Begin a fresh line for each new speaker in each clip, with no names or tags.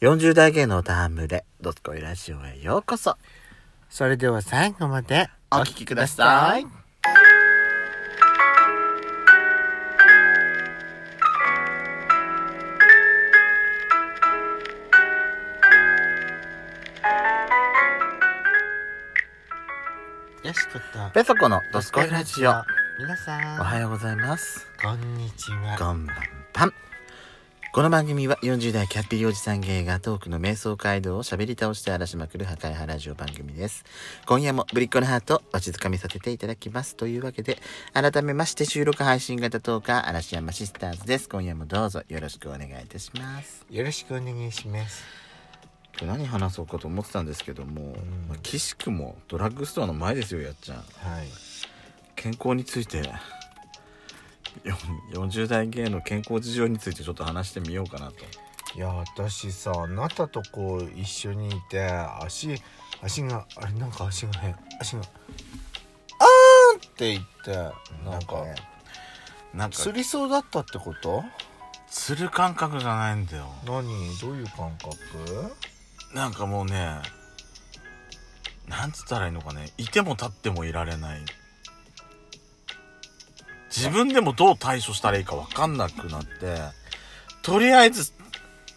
40代芸能タームレ、ドスコイラジオへようこそ。それでは最後まで
お聞きください。
よしこと。
ペソコのドスコイラジオ。
皆さ
お
ん。
はようございます。
こんにちは。
こんばんぱん。この番組は40代キャッピーおじさん芸がトークの瞑想街道を喋り倒して荒らしまくる破壊派ラジオ番組です。今夜もぶりっ子のハートをわしづかみさせていただきます。というわけで、改めまして収録配信型トーカー嵐山シスターズです。今夜もどうぞよろしくお願いいたします。
よろしくお願いします。
今日何話そうかと思ってたんですけども、まあ岸くもドラッグストアの前ですよ、やっちゃん。
はい。
健康についてよ40代芸の健康事情についてちょっと話してみようかなと
いや、私さ、あなたとこう一緒にいて、足、足が、あれ、なんか足が変。足が。あーんって言って、なんか。
ねなんか
すりそうだったってこと
つる感覚じゃないんだよ
何どういう感覚
なんかもうねなんつったらいいのかねいても立ってもいられない自分でもどう対処したらいいか分かんなくなってとりあえず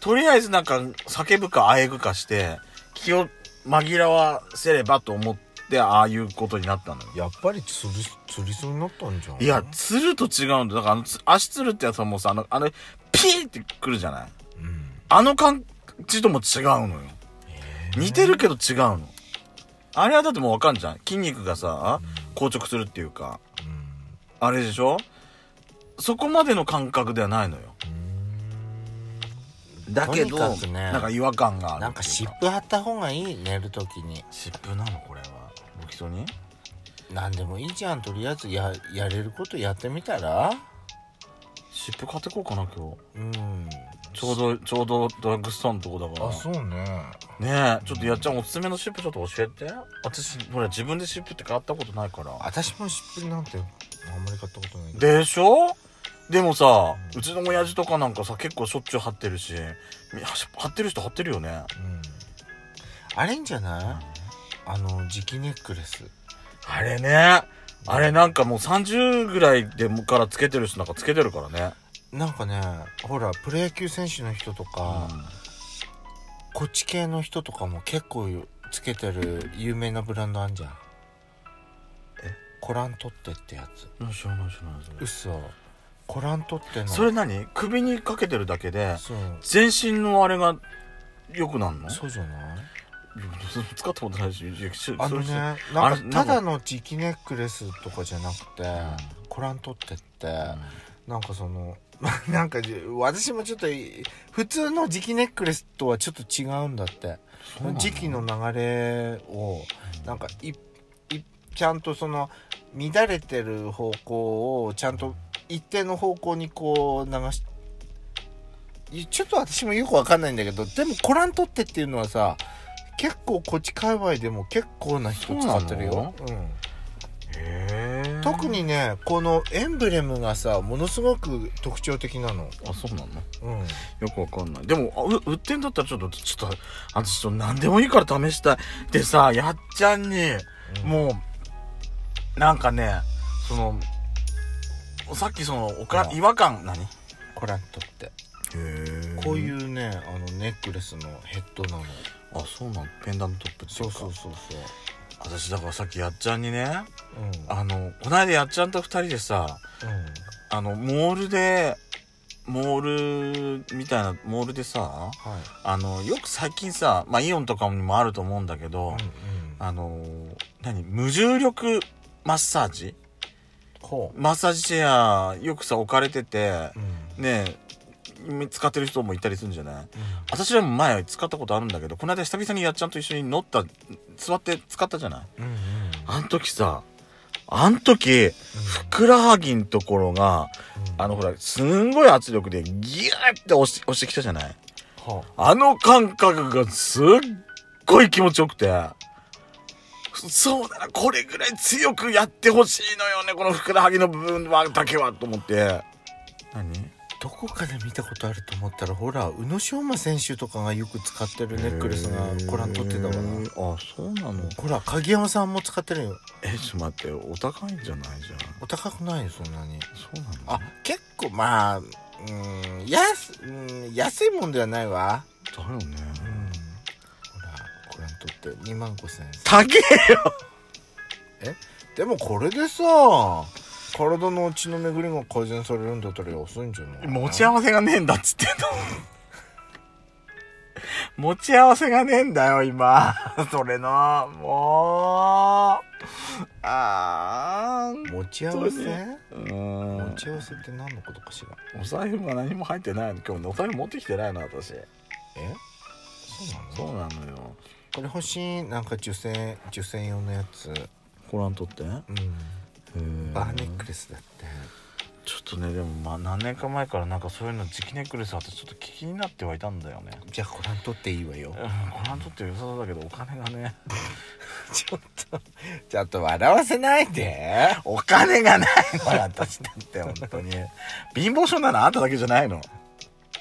とりあえずなんか叫ぶかあえぐかして気を紛らわせればと思ってああいうことになったのよ
やっぱりつり、つりそうになったんじゃん。
いや、つると違うんだよ。だからあのつ、足つるってやつはもうさ、あの、あの、ピーってくるじゃない
うん。
あの感じとも違うのよ。似てるけど違うの。あれはだってもうわかんじゃん。筋肉がさ、硬直するっていうか、
うん。
あれでしょそこまでの感覚ではないのよ。だけど、
とにかくね
なんか違和感があるっていう。
なんか湿布貼った方がいい寝る時に
湿布なのこれは。ロキソニン
何でもいいじゃんとりあえずややれることやってみたら
湿布買ってこうかな、今日。
うん
ちょうど、ちょうどドラッグストアのとこだから。
あそうね
ねえちょっとやっちゃんおすすめのシップちょっと教えて私ほら自分でシップって買ったことないから
私も湿布なんてあんまり買ったことないけど
でしょでもさうちの親父とかなんかさ結構しょっちゅう貼ってるしみ貼ってる人貼ってるよね
うんあれいいんじゃないあの磁気ネックレス
あれねあれなんかもう30ぐらいでもからつけてる人なんかつけてるからね
なんかねほらプロ野球選手の人とか、こっち系の人とかも結構つけてる有名なブランドあんじゃん
え
コラントってってやつ
うん知らない知らないそれ
嘘コラントっての
それ何首にかけてるだけで
そう
全身のあれが良くなるの
そうじゃない
使ったことないしそれ
あのね
それ
な
あ
ん
れ
かただの磁気ネックレスとかじゃなくて、
ん
コラントってって、
うん
なんかその なんかじ私もちょっとい普通の磁気ネックレスとはちょっと違うんだって
うなの
時期の流れをなんかいいちゃんとその乱れてる方向をちゃんと一定の方向にこう流しいちょっと私もよくわかんないんだけどでもコラントってっていうのはさ結構こっち界隈でも結構な人使ってるよ、うん、
へえ
特にねこのエンブレムがさものすごく特徴的なの、
あそうなの
うん、
よくわかんないでもあう売ってんだったらちょっとちょっとあのちょっと何でもいいから試したいでさやっちゃんに、もうなんかねそのさっきそのおか
うん
違和感何へ
コラントって
え
こういうねあのネックレスのヘッドなの
あそうなのペンダントップっていう
そう
か
そうそうそう
私だからさっきやっちゃんにね
うん
あのこないだやっちゃんと二人でさ
うん
あのモールでモールみたいなモールでさ
はい
あの、よく最近さ、まあ、イオンとかにもあると思うんだけど、
うん
あのー、何無重力マッサージ
こ
マッサージチェア、よくさ、置かれてて
う、、うん
ねえ、使ってる人もいたりするんじゃない私らも前使ったことあるんだけど、この間久々にやっちゃんと一緒に乗った、座って使ったじゃない
うんうん
あの時さ、あの時、ふくらはぎのところが、
うん
あのほら、すんごい圧力でギューって押し押してきたじゃない
は
あの感覚がすっごい気持ちよくて、そうだな、これぐらい強くやってほしいのよね、このふくらはぎの部分はだけは、と思って。何
どこかで見たことあると思ったらほら宇野昌磨選手とかがよく使ってるネックレスがご覧取ってたわな
へーあそうなの
ほら影山さんも使ってるよ
えちょっと待ってお高いんじゃないじゃん
お高くないよそんなに
そうなの
あ結構まあうーん安うん安いもんではないわ
だよね
うんほらご覧取って2万5千円
高えよ
でもこれでさ体の血の巡りが改善されるんだったら安いんじゃない
持ち合わせがねえんだっつってんの持ち合わせがねえんだよ今 それのもうあー
持ち合わせ、
うー
持
ん
ち合わせって何のことかしら
お財布が何も入ってないの今日お財布持ってきてないの私
えそうなの
そうなのよ
これ欲しいなんか受精受精用のやつ
ご覧とって
うんバーネックレスだって
ちょっとねでもまあ何年か前からなんかそういうの磁気ネックレスあってちょっと気になってはいたんだよね
じゃあこれにとっていいわよ
うんご覧とって良さそうだけどお金がね
ちょっとちょっと笑わせないで
お金がないのよ私だって本当に貧乏症なのあんただけじゃないの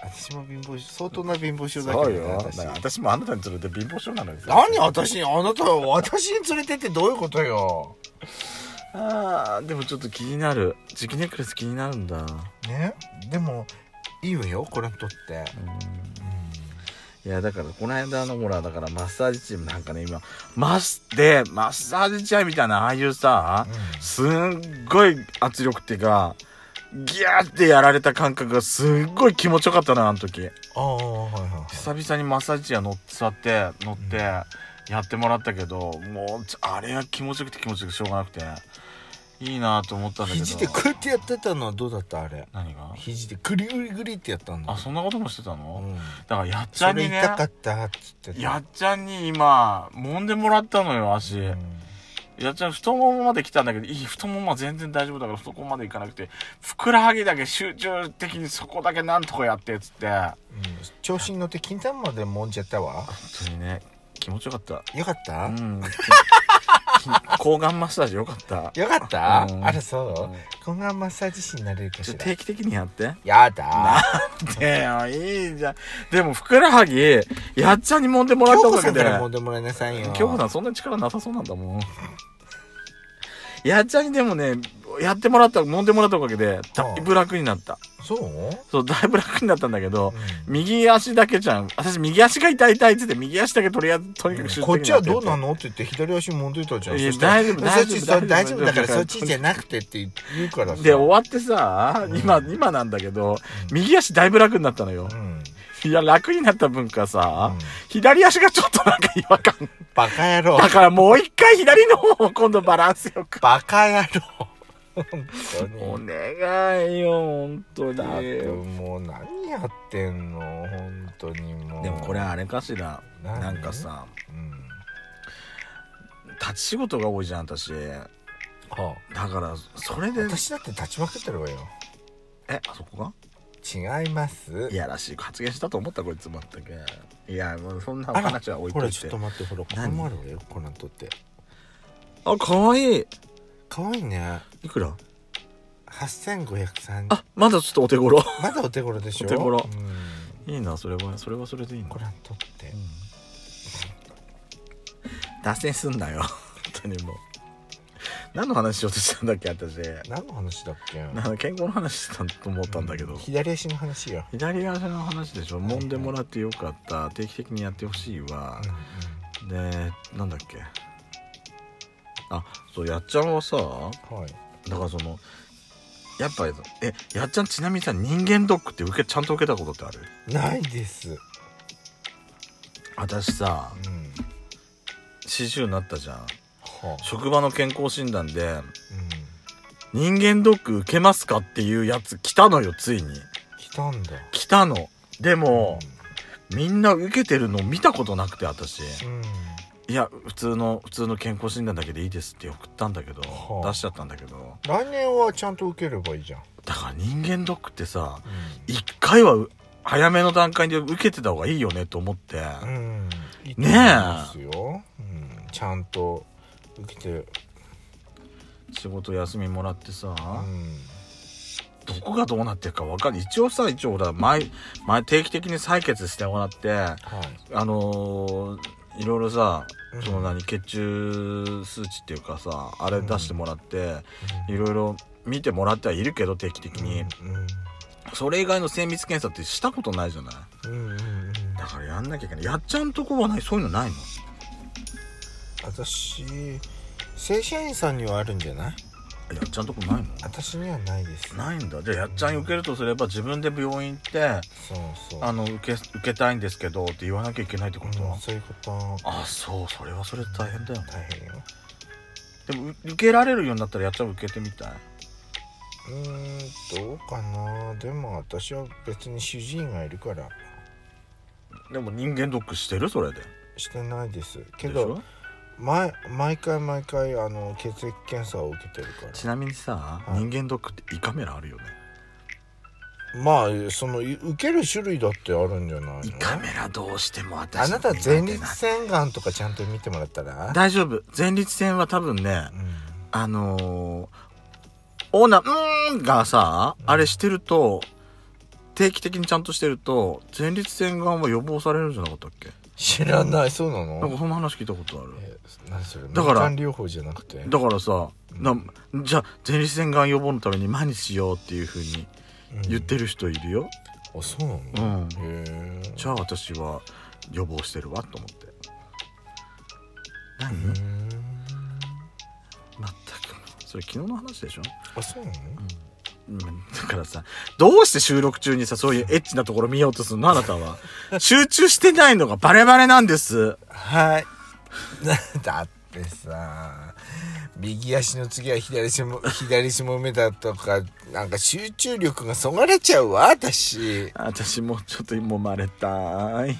私も貧乏症相当な貧乏症だ
そう
けどね
よだ
私
から私もあなたに連れて貧乏症なのよ
何私あなたを私に連れてってどういうことよ
あーでもちょっと気になる磁気ネックレス気になるんだ
ねでもいいわよこれにとって
いやだからこの間のほらだからマッサージチームなんかね今マスでマッサージチェアみたいなああいうさすんごい圧力っていうかギャーってやられた感覚がすっごい気持ちよかったなあの時
ああはいはいはい
久々にマッサージチェア乗って座って乗って
うん
やってもらったけどもうちょあれは気持ちよくて気持ちよくてしょうがなくていいなと思ったんだけど
肘でクってやってたのはどうだったあれ
何が
肘でグリグリグリってやったんだ
あそんなこともしてたの、
うん
だからやっちゃ
そ
ん
れ
にね
痛かったっつってた
やっちゃんに今揉んでもらったのよ足、
うん
やっちゃん太ももまで来たんだけどいい太ももは全然大丈夫だから太こまでいかなくてふくらはぎだけ集中的にそこだけなんとかやってっつって本
調子に乗って金玉まで揉んじゃったわ
当にね気持ちよかった
よかった、
うん抗がんマッサージよかった
よかった、
うん
あらそう、今後はマッサージ師になれるか
ちょ
しら
定期的にやって
やだ
でよいいじゃんでもふくらはぎやっちゃんに揉んでもらった
京
お
子
か
さ
げ
ん
で
から揉んでもらいなさいよ
京子さんそんな力なさそうなんだもんやっちゃんにでもねやってもらった揉んでもらったおかげでだいぶ楽になった
そう、
そうだいぶ楽になったんだけど右足だけじゃん私右足が痛い痛いっつって右足だけとりあえずとにかく集中
こっちはどうな
の
のって言って左足揉んでたじゃん
いや
そしたら
大丈夫大丈夫
そっち
大
大
丈
丈
夫
夫だか
大
ら
丈夫
そっちじゃなくてって言うからさ
で終わってさ
うん
今今なんだけど
うん
右足だいぶ楽になったのよ
うん
いや楽になった分かさ
うん
左足がちょっとなんか違和感
バカ野郎
だからもう一回左の方を今度バランスよく
バカ野郎本当に
お願いよ本当に
だってもう何やってんの本当にもう
でもこれあれかしら
何
なんかさ
うん
立ち仕事が多いじゃん私
は
だからそれ
あ
で
私だって立ちまくってるわよ
えあそこが
違います
いやらしい発言したと思ったこいつまったけいやもうそんな
あら
話は置い
ほ
と
ら
い
ちょ
て
っと待ってほらこれ
何
もあるわよこのとって
あ可愛い
可愛いね
いくら
8503
あまだちょっとお手頃
まだお手頃でしょ
お手頃
うん
いいなそれはそれはそれでいいな
これにとって
脱線すんなよ本当にもう何の話しようとしたんだっけ私
何の話だっけ
なんか健康の話したと思ったんだけど、
左足の話よ
左足の話でしょ
いはい
揉んでもらってよかった定期的にやってほしいわ、でなんだっけあそうやっちゃんはさ
はい
だからそのやっぱえやっちゃんちなみにさ人間ドックって受けちゃんと受けたことってある
ないです
私さ
うん
四十になったじゃん
はあ
職場の健康診断で
うん
人間ドック受けますかっていうやつ来たのよついに
来たんだ
来たのでも
うん、
みんな受けてるの見たことなくて私
うん
いや普通の普通の健康診断だけでいいですって送ったんだけど、
はあ
出しちゃったんだけど
来年はちゃんと受ければいいじゃん、
だから人間ドックってさ一回はう早めの段階で受けてた方がいいよねと思って、
うんいいと思い
ねえ
ますよ、うん、ちゃんと受けて
仕事休みもらってさ、
うん
どこがどうなってるかわかんない。一応さ、一応ほら、毎、毎定期的に採血してもらって、あ
はい
のーいろいろさ
う、ん
その何、血中数値っていうかさ、あれ出してもらって、
う
いろいろ見てもらってはいるけど、定期的に。それ以外の精密検査ってしたことないじゃない
うんうんうんうん
だからやんなきゃいけない。やっちゃんとこはない、そういうのないの
私正社員さんにはあるんじゃない
やっちゃんとこないの
私にはないです
ないんだ。じゃあ、やっちゃん受けるとすれば、自分で病院行って、
そうそう
あの、受け、受けたいんですけど、って言わなきゃいけないってこと、
うんそういうこと
あ、そう、それはそれで大変だよね。
大変よ
でも、う受けられるようになったら、やっちゃん受けてみたい。
うーんどうかなでも私は別に主治医がいるから
でも、人間ドックしてるそれで。
してないですけ
でし
ど
ょ
毎毎回毎回あの血液検査を受けてるから
ちなみにさ、
はい
人間ドックって胃カメラあるよね。
まあそのい受ける種類だってあるんじゃない
胃
の
カメラどうしても私
あなた
苦手
前立腺がんとかちゃんと見てもらったら、
大丈夫。前立腺は多分ね
う、ん、
あのー、オーナー、うーんがさ、
うん
あれしてると、定期的にちゃんとしてると、前立腺がんは予防されるんじゃなかったっけ
知らないそうなの
なんかそんな話聞いたことある。
え何それ
だから
民間療法じゃなくて
だからさ、
うん
なじゃあ前立腺がん予防のために毎日しようっていうふうに言って
る、
る人いるよ。
うんあそうなの、
うん。
へえ
じゃあ私は予防してるわと思って。
う
何、
ーん
全く。それ昨日の話でしょ
あそうなの
うんだからさ、どうして収録中にさ、そういうエッチなところ見ようとするのあなたは。集中してないのがバレバレなんです。
はい だってさ右足の次は左足も左足も目だとかなんか集中力がそがれちゃうわ私
私もうちょっともまれたい。